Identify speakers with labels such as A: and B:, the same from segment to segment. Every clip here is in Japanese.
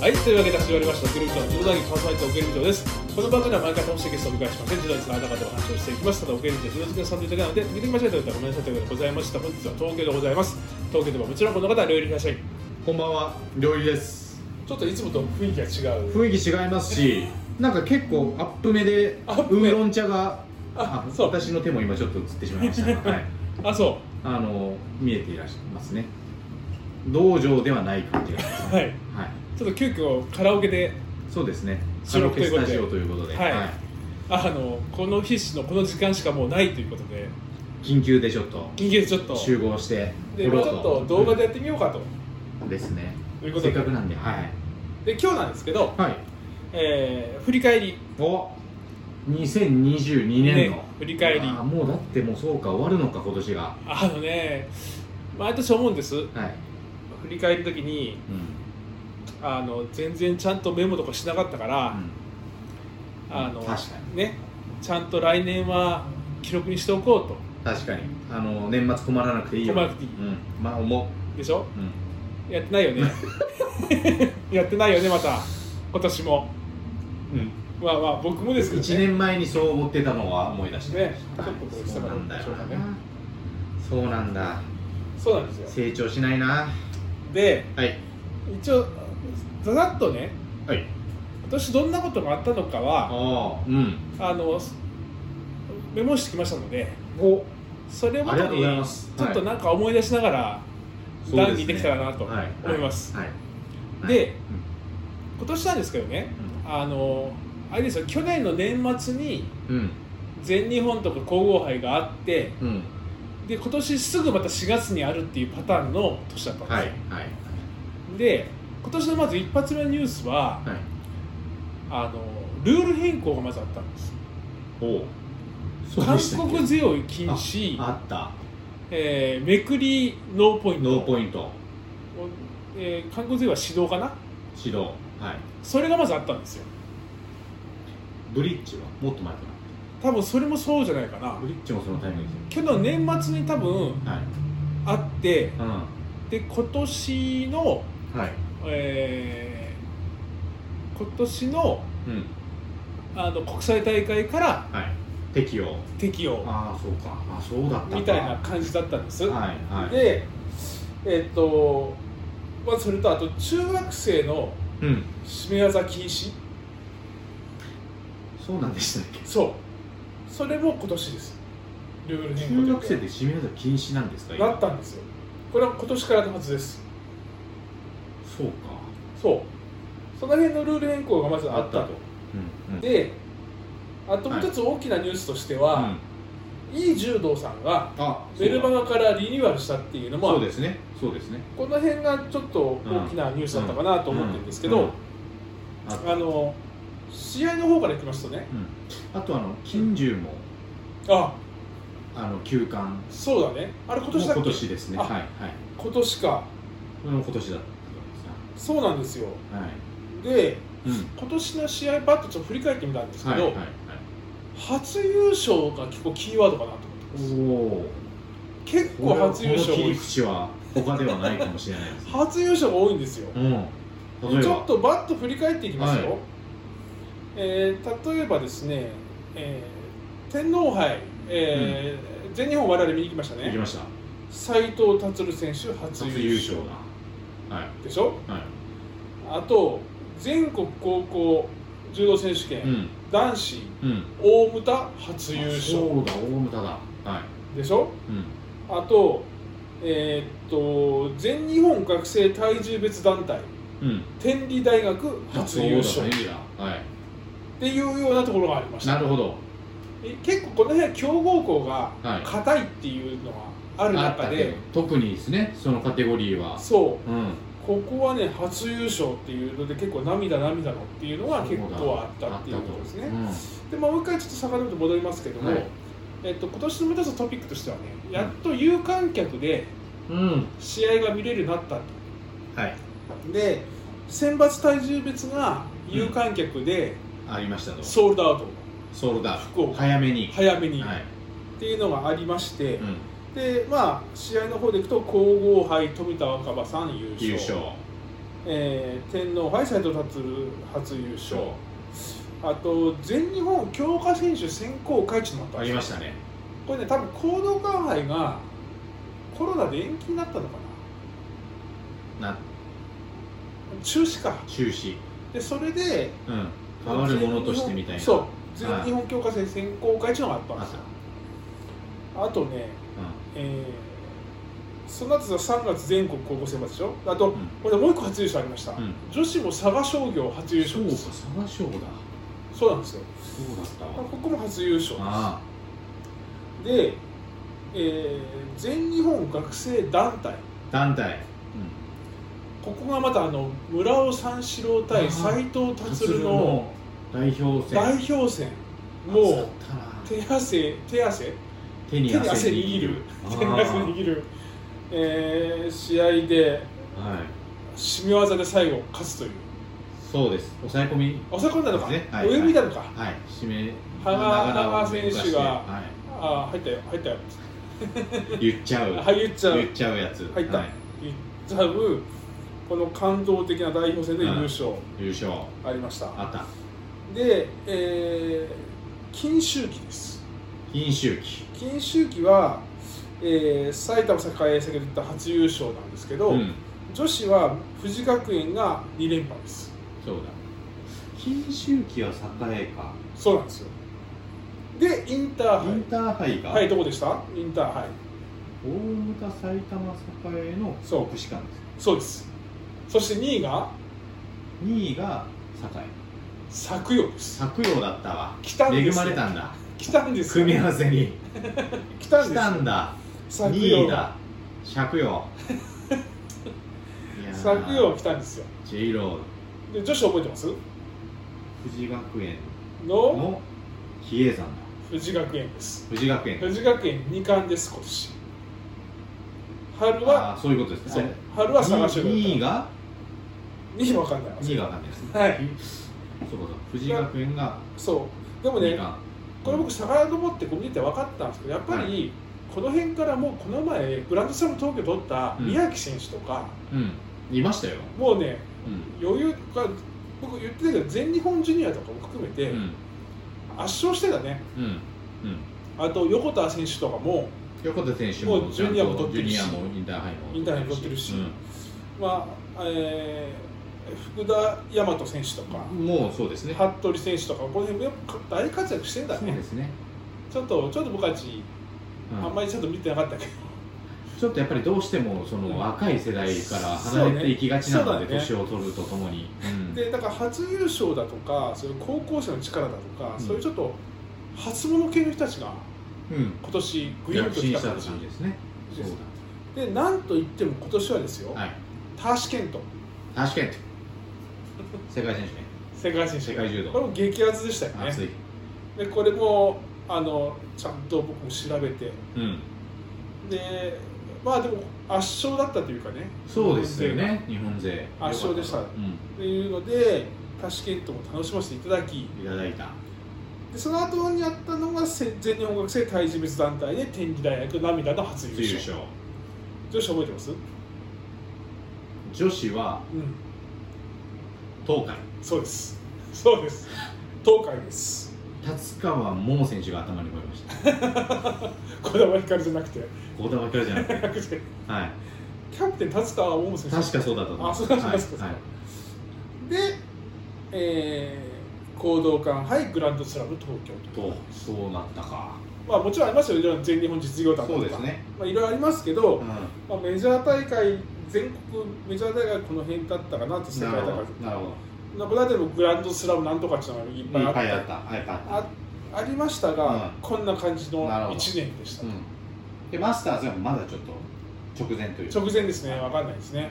A: はい、というわけで始まりました、グループ長の横谷川沢とオケル部長です。この番組は毎回楽しいゲストをお迎えしまして、自動につながった方お話をしていきます。ただ、オケル部長、自動的なサンドイッチなので、見てきましょうということで、ごめんなさいということでございました。本日は東京でございます。東京でももちろんこの方は料理人社員。
B: こんばんは、料理です。
A: ちょっといつもと雰囲気が違う。
B: 雰囲気違いますし、なんか結構アップ目でウ
A: アップ目
B: ーロン茶が、
A: あ
B: あ
A: そう
B: 私の手も今ちょっと映ってしまいましたが、はい、
A: あ、そ
B: あの見えていらっしゃいますね。道場ではない感じがします
A: う。は
B: ね。
A: い。
B: はい、
A: ちょっと急遽カラオケで、
B: そうですね。カ
A: 収
B: ラオ
A: 録
B: ケスタジオということで、
A: はいあの、この必死のこの時間しかもうないということで、
B: 緊急でちょっと
A: 緊急でちょっと、
B: 集合して
A: で、まあちょっと動画でやってみようかと。
B: ですね。
A: ということ
B: せっ
A: で
B: かくなんで、はい、
A: で、今日なんですけど、
B: はい、
A: えー振り返り。
B: お。2022年の
A: ね振り返り
B: あーもうだってもうそうか終わるのか今年がは
A: あのね、毎年思うんです。
B: い、
A: 振り返るときに
B: うん、
A: あの全然ちゃんとメモとかしなかったから、あの
B: 確か
A: ね、ちゃんと来年は記録にしておこうと
B: 確かにあの年末困らなくていいよ
A: 困らなくていい
B: うん、まあ思
A: でしょ
B: う、うん、
A: やってないよねやってないよねまた今年もまあまあ僕もですけど
B: 1
A: ね
B: 年前にそう思ってたのは思い出して
A: ね
B: はい
A: ちょっとこう
B: そうなんだよ
A: 下
B: な
A: がるんでしょうかね
B: そうなんだ
A: そうなんですよ
B: 成長しないな
A: で
B: はい
A: 一応ざざっとね
B: はい
A: 今年どんなことがあったのかは
B: ああうん
A: あのメモしてきましたので
B: お
A: それをも
B: ありが
A: と
B: とう
A: に
B: ございます
A: ちょっとなんか思い出しながら
B: そう
A: 談
B: す
A: 義できたらなと
B: は
A: 思います
B: はいはい
A: で今年なんですけどねあのあれですよ去年の年末に
B: うんうん
A: 全日本とか皇后杯があって
B: うん、うん
A: で今年すぐまた4月にあるっていうパターンの年だったんです
B: はい
A: よ、
B: はい
A: で今年のまず一発目のニュースは
B: はい
A: あのルール変更がまずあったんです
B: おそうでしたっけ
A: 韓国強い禁止、
B: ああった
A: えーめくりノーポイント
B: ノーポイント
A: えー韓国強いは指導かな
B: 指導はい
A: それがまずあったんですよ
B: ブリッジはもっと前か
A: 多分それもそうじゃないかな
B: なブリッジもそのタイミングです
A: 去年の年末に多分
B: よはい
A: あって
B: う
A: で今年の
B: んはい
A: えー今年の
B: うん
A: あの国際大会から
B: はい適用
A: 適用
B: ああそうかあそうだったか
A: みたいな感じだったんです、
B: はいはい
A: でえっと、まあ、それとあと中学生の
B: うん
A: 締め技禁止
B: そうなんでしたっけ
A: そうそれも今年ですルール変更
B: 中学生
A: で
B: で締め技禁止なんですか今
A: なったんですよこれは今年からのはずです
B: そうか
A: そうその辺のルール変更がまずあった
B: あった
A: と
B: うんうん
A: であともう一つ大きなニュースとして
B: う
A: は、
B: ん
A: いい柔道さんが
B: あ
A: メルマ
B: の
A: ガからリニューアルしたっていうのも
B: そうですねそうですね
A: この辺がちょっと大きなニュースだったかなと思ってるんですけど、
B: うんうんあ
A: あの試合の方からいきますとね
B: あとあの金獣も
A: あ
B: あの休館も
A: そうだねあれ今
B: う
A: 年だっけ
B: 今年ですね
A: あ
B: はいはい
A: 今年か
B: これも今年だっ
A: そうなんですよ
B: たはい
A: で
B: うん
A: 今年の試合バッとちょっと振り返ってみたんですけ
B: はい
A: ど、
B: はいはい
A: 初優勝が結構キーワードかなと思って
B: おお
A: 結構初優
B: こ
A: 勝が多
B: の切り
A: い
B: 口は他ではないかもしれないですね
A: 初優勝が多いんですよ
B: うん例えば
A: ちょっとバッと振り返っていきますよ、
B: はい
A: えー例えばですね、えー天皇杯、えー全日本我々見に行きました
B: 行き
A: ね
B: ました
A: 斉藤達選手初
B: 初優
A: 優
B: 勝
A: 勝
B: だはい
A: でしょ
B: はい
A: あと全国高校柔道選手権、
B: うん
A: 男子
B: うん
A: 大牟田初優勝
B: そうだ大牟田だはい
A: でしょ
B: うん
A: あとえーっと全日本学生体重別団体
B: うん
A: 天理大学初優勝っ
B: そうだそうだは
A: ていうようなところがありまし
B: いな
A: た
B: るほど
A: え結構この辺は強豪校が
B: はい
A: 硬いっていうのがある
B: あっ
A: 中
B: た
A: で、
B: けど特にですねそのカテゴリーは
A: そう
B: うん
A: ここはね初優勝っていうので結構涙涙のっていうのが結構あったっていうことですねで、まあ、もう一回ちょっと遡って戻りますけども、
B: はい
A: えっと、今年の目指すトピックとしてはねやっと有観客で
B: うんうん
A: 試合が見れるようになった
B: はい
A: とで選抜体重別が有観客で
B: ありましたと
A: ソールドアウト
B: ソールダ
A: 福岡
B: 早めに
A: 早めに
B: はい
A: っていうのがありまして、
B: うん
A: でまあ試合の方でいくと皇后杯富田若葉さん優勝
B: 優勝
A: えー天皇杯斉藤達初優
B: そ
A: 勝
B: う
A: あと全日本強化選手選考会っていうのもあった
B: ありましたね
A: これね多分講道館杯がコロナで延期になったのかな
B: な
A: 中止か
B: 中止
A: でそれで
B: うん変わるものとしてみたいな
A: そう全日本強化選手選考会っていうのがあったん
B: あ
A: です
B: そう
A: よあとね、えーその後3月全国高校選抜でしょあと、
B: うん
A: これもう一個初優勝ありました、
B: うん、うん、
A: 女子も佐賀商業初優
B: そう
A: 勝
B: か
A: です
B: 佐賀賞だ
A: そうなんですよ
B: そうだった
A: こ
B: わ
A: こも初優勝
B: あ
A: ですで、えー全日本学生団体
B: あ団体
A: ここがまたあの村尾三四郎対
B: あー
A: 斎藤
B: 達
A: 達の
B: 代表戦
A: 代表戦もう
B: 暑かったな
A: 手汗手汗
B: 手
A: 手
B: に
A: に
B: 汗
A: 汗握
B: 握
A: る
B: る
A: 手に汗握る、えー試合で
B: ああはい
A: 締め技で最後勝つという
B: そうです抑え込み
A: 抑え込んだのか、
B: ですねはい
A: 泳ぎなのか、
B: はい締め
A: 羽賀
B: 長々を
A: 選手が
B: は
A: ああ入ったよ入ったよ
B: い、言っちゃう
A: はい言っちゃう
B: 言っちゃうやつ
A: 入った
B: はい、
A: いっちゃうこの感動的な代表戦で優勝
B: 優勝
A: ありました、
B: あった
A: で、えー、金秋期です
B: 金周期
A: 金秋期は、えー埼玉栄先ほど言った初優勝なんですけど、
B: うん
A: 女子は富士学園が2連覇です
B: そうだ金周期は栄か
A: そうなんですよでインター
B: イン
A: ハ
B: ターハイが
A: イはいどこでしたインターハイ
B: 大牟田埼玉栄の
A: そう
B: 国士舘です
A: そうですそして2位が
B: 2位が栄
A: 佐久陽です
B: 作陽だったわ
A: 来たんですよ
B: 恵まれたんだ
A: 来たんですよ
B: 組み合わせに
A: 来たんで
B: 来
A: す
B: た
A: よ
B: んだ
A: 作
B: 2
A: 業
B: 位だ 借用いやー
A: 作業来たんですよ
B: J ロード
A: で女子覚えてます
B: 富士学園
A: の
B: の比叡山だ
A: 富士学園です
B: 富士学園
A: 富士学園2冠です今年春は
B: あーそういうことです
A: そう
B: ね
A: 春は探し
B: 2
A: て
B: 位が
A: 2位わかんない
B: 2位が分かんないですね
A: はい
B: そうかそうか富士学園が
A: そうでも
B: 2
A: ね
B: 冠
A: これ僕遡ってこう見て分かったんですけどやっぱり、
B: は
A: この辺からもうこの前グランドスラム東京取った
B: うん
A: 宮城選手とか、
B: うんいましたよ
A: もうね
B: うん
A: 余裕が僕言ってたけど全日本ジュニアとかも含めて
B: う
A: 圧
B: ん
A: 勝してたね
B: うんうん
A: あと横田選手とかも
B: 横田選手
A: も
B: も
A: うジュニアも取ってるし
B: ジュニアもインターハイも
A: インターハイも取ってるしまあ、えー福田大和選手とか、
B: うんもうそうですね
A: 服部選手とか、この辺、大活躍してんだ
B: そう
A: ね
B: で、すね
A: ちょっとちょっと僕たち、
B: うん
A: あんまりちょっと見てなかったけ
B: ちょっとやっぱりどうしてもそ
A: うん
B: の若い世代から
A: そう
B: 離
A: ね
B: れていきがちなの
A: そ
B: で、
A: うだね
B: 年を取るとともに、うん
A: ど、でだから初優勝だとか、そういう高校生の力だとか、
B: うん
A: そういうちょっと初物系の人たちが、
B: うん、
A: 今年グイーン
B: 躍
A: と
B: 進
A: 来
B: した
A: た
B: っ
A: 感
B: て
A: じ
B: 感じですね。そう
A: で、なんといっても今年はですよ、
B: だ。はい。
A: ターシケント、
B: 確かに。世界選手ね。
A: 世界選手、
B: 世界柔道
A: これも激アツでしたよ
B: 熱
A: ね、
B: い。
A: でこれもあのちゃんと僕も調べて、
B: うん。
A: でまあでも圧勝だったというかね
B: そうですよね。日本勢。
A: 圧勝でした
B: よかっう
A: というのでタシケントも楽しませていただき
B: ん。いただいた。
A: でその後にやったのがせ全日本学生体重別団体で天理大学涙の初優
B: 初優
A: 勝
B: 勝。
A: 女子覚えてますう
B: 女子は
A: ん
B: 東海。
A: そうですそうです東海です
B: 達川桃選手が頭にこえま した。
A: 児玉ひかるじゃなくて
B: 小田分かるじゃなくて。
A: なくて
B: はい。
A: キャプテン達川桃選手
B: 確かそうだったと思
A: あそうかそうかそうか
B: はい。はい
A: でえー、行動館杯グランドスラム東京と
B: と、そうなったか。
A: まあもちろんありますよいろんな全日本実業団とか
B: そうですね。
A: まあ、いろいろありますけど、
B: うん。な
A: まあ、メジャー大会全国メジャー大会この辺だったかなと世界
B: る
A: 大
B: ほ
A: 会
B: ど。なるほど。
A: なこの間もグランドスラムなんとかっていうのがいっぱい
B: い
A: あ
B: っ
A: った
B: ぱいあった、はい、いっぱいあっ
A: あありましたが、
B: うん
A: こんな感じの
B: なるほ
A: 1
B: ど。
A: 年でしたた、
B: うん。で、マスターズはまだちょっと直前という。
A: 直前ですね分かんないですね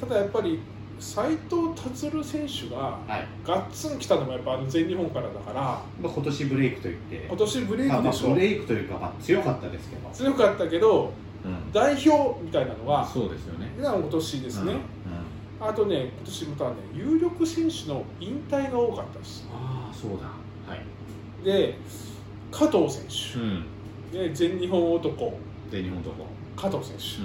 A: ただやっぱり斉藤達選手が
B: はい。
A: ガッツン来たのもやっぱあの全日本からだから
B: まあ、今年ブレイクといって。
A: 今年ブレイ
B: まあ
A: クで
B: まあ
A: しょ
B: ブレイクというか、まあ、強かったですけど。
A: 強かったけど
B: うん。
A: 代表みたいなのは
B: そうですよね。
A: 今年ですね、
B: うん。うん
A: あとね今年またね有力選手の引退が多かったです
B: ああ、そうだ。はい。
A: で加藤選
B: う
A: 手、
B: ん。
A: で全日本男
B: 全日本とこ。
A: 加藤選
B: う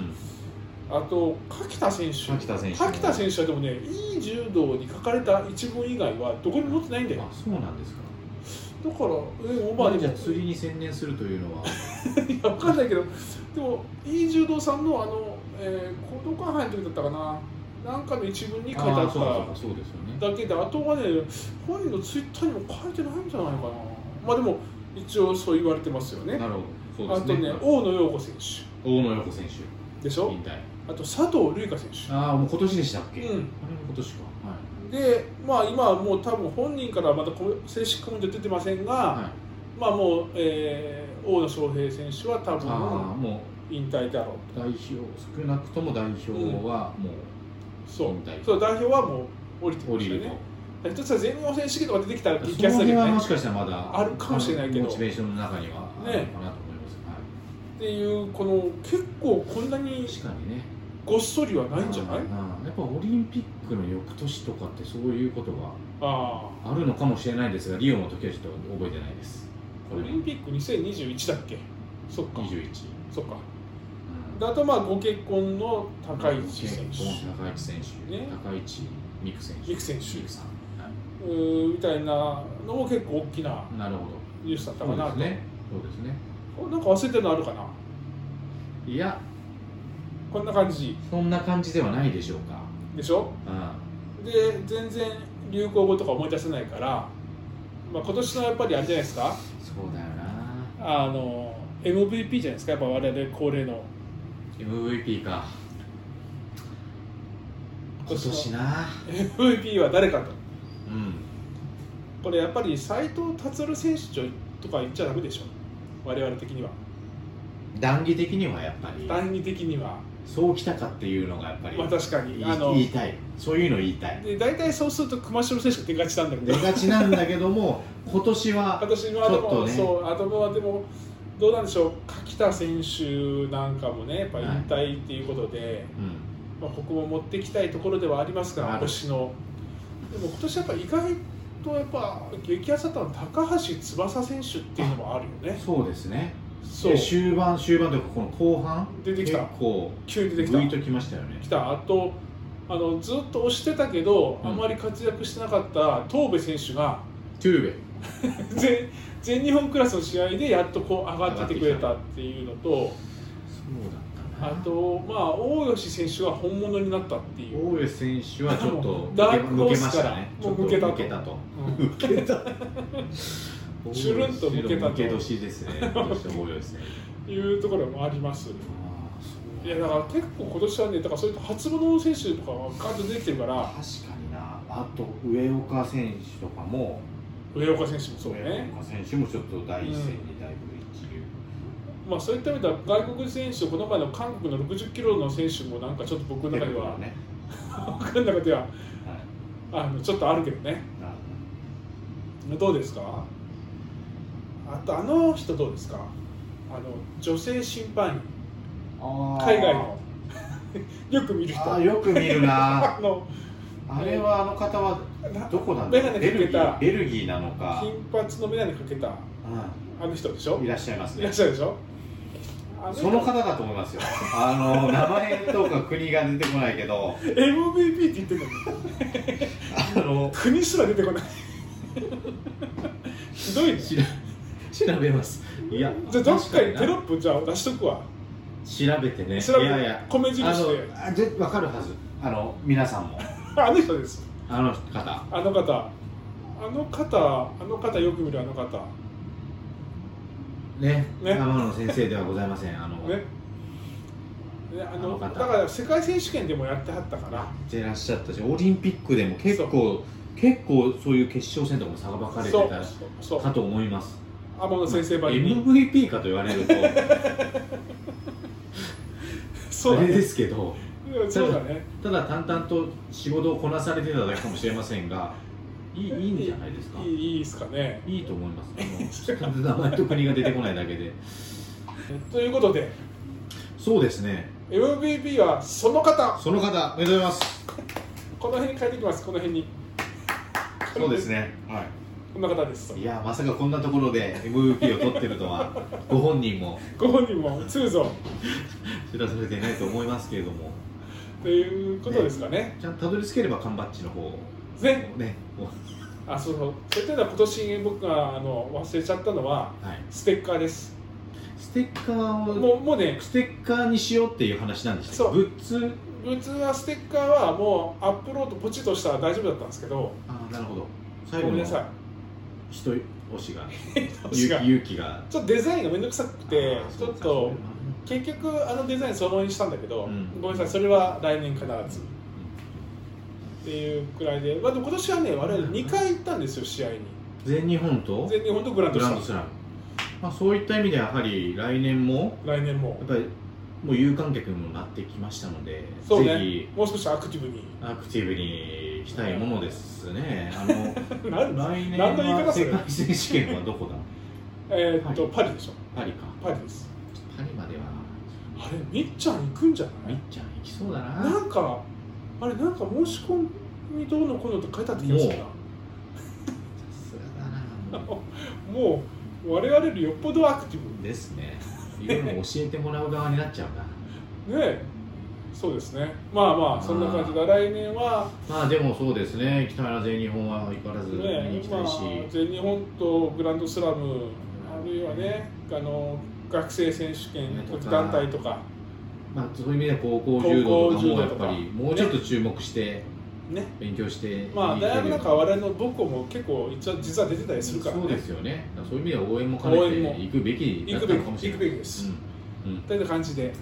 A: 手、
B: ん。
A: あと柿田選手
B: 柿田選手
A: 柿田選手はでもねいい柔道に書かれた一文以外はどこにも載ってないんだよ
B: あそうなんですか
A: だからえオ
B: ま
A: バ
B: あ
A: ー
B: じ
A: で
B: ゃあ
A: も
B: 釣りに専念するというのは
A: いや分かんないけどでもいい柔道さんのあの、えー、講道館杯の時だったかななんかの一文に書いてあ
B: あ
A: っ
B: ーそうか
A: た
B: そうかそうですよね
A: だけであとはね本人のツイッターにも書いてないんじゃないかなまあでも一応そう言われてますよね
B: なるほど
A: あ
B: そう
A: と
B: ですね
A: ね大野陽子選
B: 大野陽子選手
A: 手でしょ
B: 引退
A: あと佐藤瑠璃香選手
B: ああもう今年でしたっけ、
A: うん
B: あれも今年かは
A: でまあ今はもう多分本人からまだこう正式コメント出てませんが、
B: い、はい、
A: まあもう、えー大野将平選手は多
B: ああ
A: 分
B: も
A: 引退だろう
B: う代表少なくとも代表はも
A: そう
B: 引退
A: そう代表はもう降りて
B: う降
A: ま
B: り
A: した
B: る
A: よ
B: と、
A: ね一つは全日本選手権とか出てきたら激
B: そ
A: ア
B: の
A: ツだけ
B: 辺
A: ど
B: は
A: ね
B: もしかしたらまだ
A: あるかもしれないけど
B: モチベーションの中にはあるのかなと思います、は
A: っていうこの結構こんなに
B: い、確かにね
A: ごっそりはないんじゃない
B: うんうんやっぱオリンピックの翌年とかってそういうことが
A: あ
B: あるのかもしれないですがリオの時はちょっと覚えてないです
A: あ
B: こ
A: オ
B: れ
A: リンピック2021だっけそっか
B: 21、
A: そっか
B: うん
A: であとまあご結婚の高市選
B: 結
A: 手
B: 婚高市選手、
A: ね
B: 高市美久選手
A: 美空選手
B: 美空さん、は、
A: うーみたいなのも結構大きない
B: なるほど
A: ニュースだった
B: そ
A: か
B: う
A: な
B: で
A: と
B: すねそうですね
A: おなんか忘れてるのあるかない
B: や
A: こんな感じ
B: そんな感じではないでしょうか、
A: でしょ
B: う
A: で全然流行語とか思い出せないから、まあ、今年のやっぱりあれじゃないですか
B: ん、そうだよな
A: あの MVP じゃないですかやっぱ我々恒例の
B: MVP か今年な
A: MVP は誰かと
B: うん
A: これやっぱり斎藤達選手とか言っちゃダメでしょ我々的には
B: 談義的にはやっぱり
A: 段義的には
B: そうきたかっていうのがやっぱり
A: まあ確かに
B: 言い
A: あの
B: 言いたいそういうの言いたい
A: で大体そうすると熊代選手が出がちなんだけど
B: 出がちなんだけども今年は
A: 私のアド
B: ちょっ
A: も、
B: とね
A: そうアドムはでもどうなんでしょう柿田選手なんかもねやっぱ引退っていうことで、
B: うん
A: まあ、ここも持ってきたいところではありますから
B: ある
A: 星のでも今年やっぱ意外とやっぱ激アツだったのは高橋翼選手っていうのもあるよね
B: そうですね
A: そう
B: で終盤終盤というかこの後半
A: 出てきた
B: 結構
A: 急に
B: グ
A: 出
B: イ
A: てきた
B: ッときましたよね
A: 来たあとあのずっと押してたけど、
B: うん
A: あまり活躍してなかった東部選手が
B: トゥーベ
A: 全全日本クラスの試合でやっとこう上がっててくれたっていうのと
B: そうだったな
A: あと、まあ、大吉選手が本物になったっていう。
B: 大江選手はちょっと
A: もうダークホー
B: 抜けま
A: ス
B: し
A: か
B: た
A: ら
B: ねち
A: もう
B: ょっと
A: 抜けたと
B: 抜けたと
A: うん
B: 抜けた
A: チュルンと抜けたと
B: 抜け年ですね今年の大江選手
A: いうところもあります。
B: ああそう
A: いやだから結構今年はね、だからそういう初物の選手とかがガーッと出てきてるから、
B: 確かになあと上岡選手とかも
A: 上岡選手もそうね、
B: 上岡選手もちょっと第一線にだいぶ一流、
A: まあ、そういった意味では外国人選手、この前の韓国の60キロの選手もなんかちょっと僕の中では、
B: ね、
A: 僕の中では
B: は
A: あのちょっとあるけどね、
B: い、なる
A: どうですかあと、あの人どうですかあの女性審判
B: ほ
A: 員、海
B: ど
A: 外の、 よく見る人、
B: あーよく見るな
A: あの
B: あれはあの方は
A: な
B: どこなん
A: メ
B: だ
A: ガ
B: ろ
A: ネ
B: う
A: か
B: ベ
A: け
B: ルギ
A: た
B: ー、ベルギーなのか、
A: 金髪の眼鏡かけた、あの人でしょ
B: うん、い、らっしゃいます
A: いら
B: ね
A: っしゃるでしょあ人
B: その方だと思いますよあの名前とか国が出てこないけど
A: MVP って言ってるのに
B: あの
A: 国すら出て こないひどいねじ
B: 調べますいや
A: ゃあどっかに
B: 確
A: テ
B: に
A: ロップじゃあ出しとくわ
B: な調べてね
A: 調べて
B: いやいや
A: 米印で
B: あ
A: あ
B: の
A: の
B: あぜわかるはずあの皆さんも
A: 人です
B: あの方
A: あの方あの方あの方よく見るあの方
B: ね
A: ね
B: 天野先生ではございませんあの、
A: ねねあの
B: あの方
A: だから世界選手権でもやってはったから
B: てらっしゃったしオリンピックでも結構結構そういう決勝戦とかもさばかれ
A: そう
B: てた
A: そう
B: かと思います
A: 天野先生ばりに
B: MVP かと言われると
A: そう
B: あ
A: だ
B: れ
A: ね
B: ですけど
A: そうだね
B: ただ淡々と仕事をこなされてただけかもしれませんがいいいいんじゃないですか
A: いいいいですかね
B: いいと思いますあの名前と国が出てこないだけで
A: ということで
B: そうですね
A: MVP はその方
B: その方おめでとうございます
A: この辺に変えてきますこの辺に
B: そうですねはい
A: こんな方です
B: いやまさかこんなところで MVP を取ってるとはご本人も
A: ご本人も通ぞ
B: 知らされていないと思いますけれども、
A: ということですかね。
B: ちゃんとたどり着ければ缶バッジの方を
A: ね
B: ね、も
A: あそうそうそれというのは今年僕があの忘れちゃったのは
B: うはい、
A: ステッカーです
B: ステッカーを
A: もうもうね
B: ステッカーにしようっていう話なんです
A: そう
B: グッズ
A: グッズはステッカーはもうアップロードポチッとしたら大丈夫だったんですけど
B: あーなるほど最
A: ご
B: 後
A: めんな
B: の
A: さい
B: 人押しが
A: 私が
B: 勇気が
A: ちょっとデザインがめんどくさくて
B: あー
A: ちょ
B: そう
A: っ
B: か
A: と結局あのデザインそのままにしたんだけど、
B: うん
A: ごめんなさいそれは来年必ずっていうくらいで,、まあ、でも今年はね我々2回行ったんですよ試合に
B: 全日本と
A: 全日本とグラン
B: グ
A: ドス
B: ラ
A: ラ
B: ン
A: ム
B: ドスラム、まあ、そういった意味ではやはり来年も
A: 来年も
B: やっぱりもう有観客にもなってきましたので、
A: そう
B: ぜ
A: ね
B: ひ
A: もう少しアクティブに
B: アクティブにしたいものですね。 あ の
A: なん
B: 来年
A: 何の言い
B: は
A: 方す
B: 世
A: る
B: 界選手権はどこだ？
A: えーっと、
B: はい
A: パリでしょ
B: パリか。
A: パリです
B: パリまでは
A: あれみっちゃん行くんじゃな
B: みっ
A: い
B: ちゃん行きそうだな。
A: なんかあれなんか申し込みどうのこうのって書いてあった気がするな
B: さすがだな。も
A: もう我々よりよっぽどアクティ
B: うですね。いろいろ教えてもらう側になっちゃう な。
A: ブねえそうですねまあまあそんな感じだ来年は
B: まあでもそうですね。北原全日本は相変わらず見に
A: ね
B: 行き
A: ま
B: たい
A: あ、
B: し、
A: 全日本とグランドスラムあるいはねあの学生選手権
B: ねとか
A: 団体とか
B: まあそういう意味では高校柔道とか
A: 高校柔
B: も
A: 道
B: やっ
A: とか
B: ぱりもうちょっと注目して
A: ね
B: 勉強して。
A: まあ大学なんかは
B: は
A: 我々の母校も結構一応実は出てたりするから、ね、
B: そうですよねだからそういう意味では応援も兼ね
A: 応援も
B: て行くべきだ
A: 行
B: っ
A: く
B: た
A: べ
B: の
A: き
B: かもしれ
A: 行
B: な
A: く
B: い
A: べきです、
B: うんうん
A: という感じで、
B: はい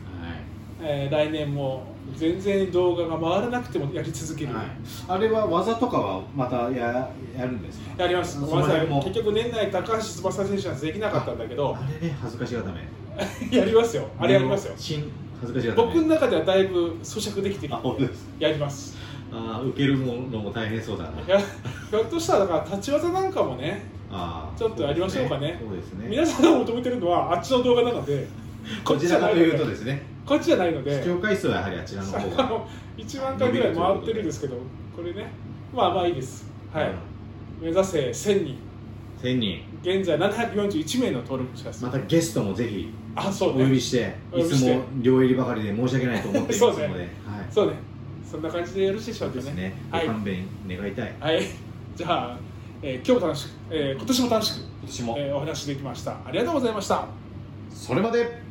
A: えー来年も全然動画が回らなくてもやり続ける、
B: はい、あれは技とかはまたややるんですか
A: やります
B: そ
A: ごめん
B: の
A: なさい
B: 辺も
A: 結局年内高橋翼選手はできなかったんだけど
B: あれね恥ずかしがため
A: やりますよ あれやりますよ
B: 新恥ずかしがため
A: 僕の中ではだいぶ咀嚼できてき
B: あ
A: て
B: 本当です
A: やります
B: あー受けるものも大変そうだない
A: やひょっとしたらだから立ち技なんかもね
B: あー
A: ちょっとやりましょうかね
B: そうですね
A: 皆さんが求めてるのはあっちの動画なので
B: こちらかというとですね
A: こっちじゃないの
B: 視
A: で
B: 聴回数はやはりあちらの方が
A: 1万回ぐらい回ってるんですけどこれねまあまあいいです はい目指せ1000人
B: 1000人
A: 現在741名の登録者です
B: またゲストもぜひ
A: あ
B: お
A: そう
B: 呼び
A: ね
B: して
A: お
B: い
A: 呼びし
B: つ
A: て
B: も両襟ばかりで申し訳ないと思っていますの
A: そう
B: で、はい、
A: そうねそんな感じでよろしいでしょ
B: そうう
A: か
B: です
A: ね
B: ねご
A: はい
B: 勘弁願いたい、
A: はいじゃあ、えー今日も楽しく、えー今年も楽しく、
B: 今年も
A: えーお話できましたありがとうございました
B: それまで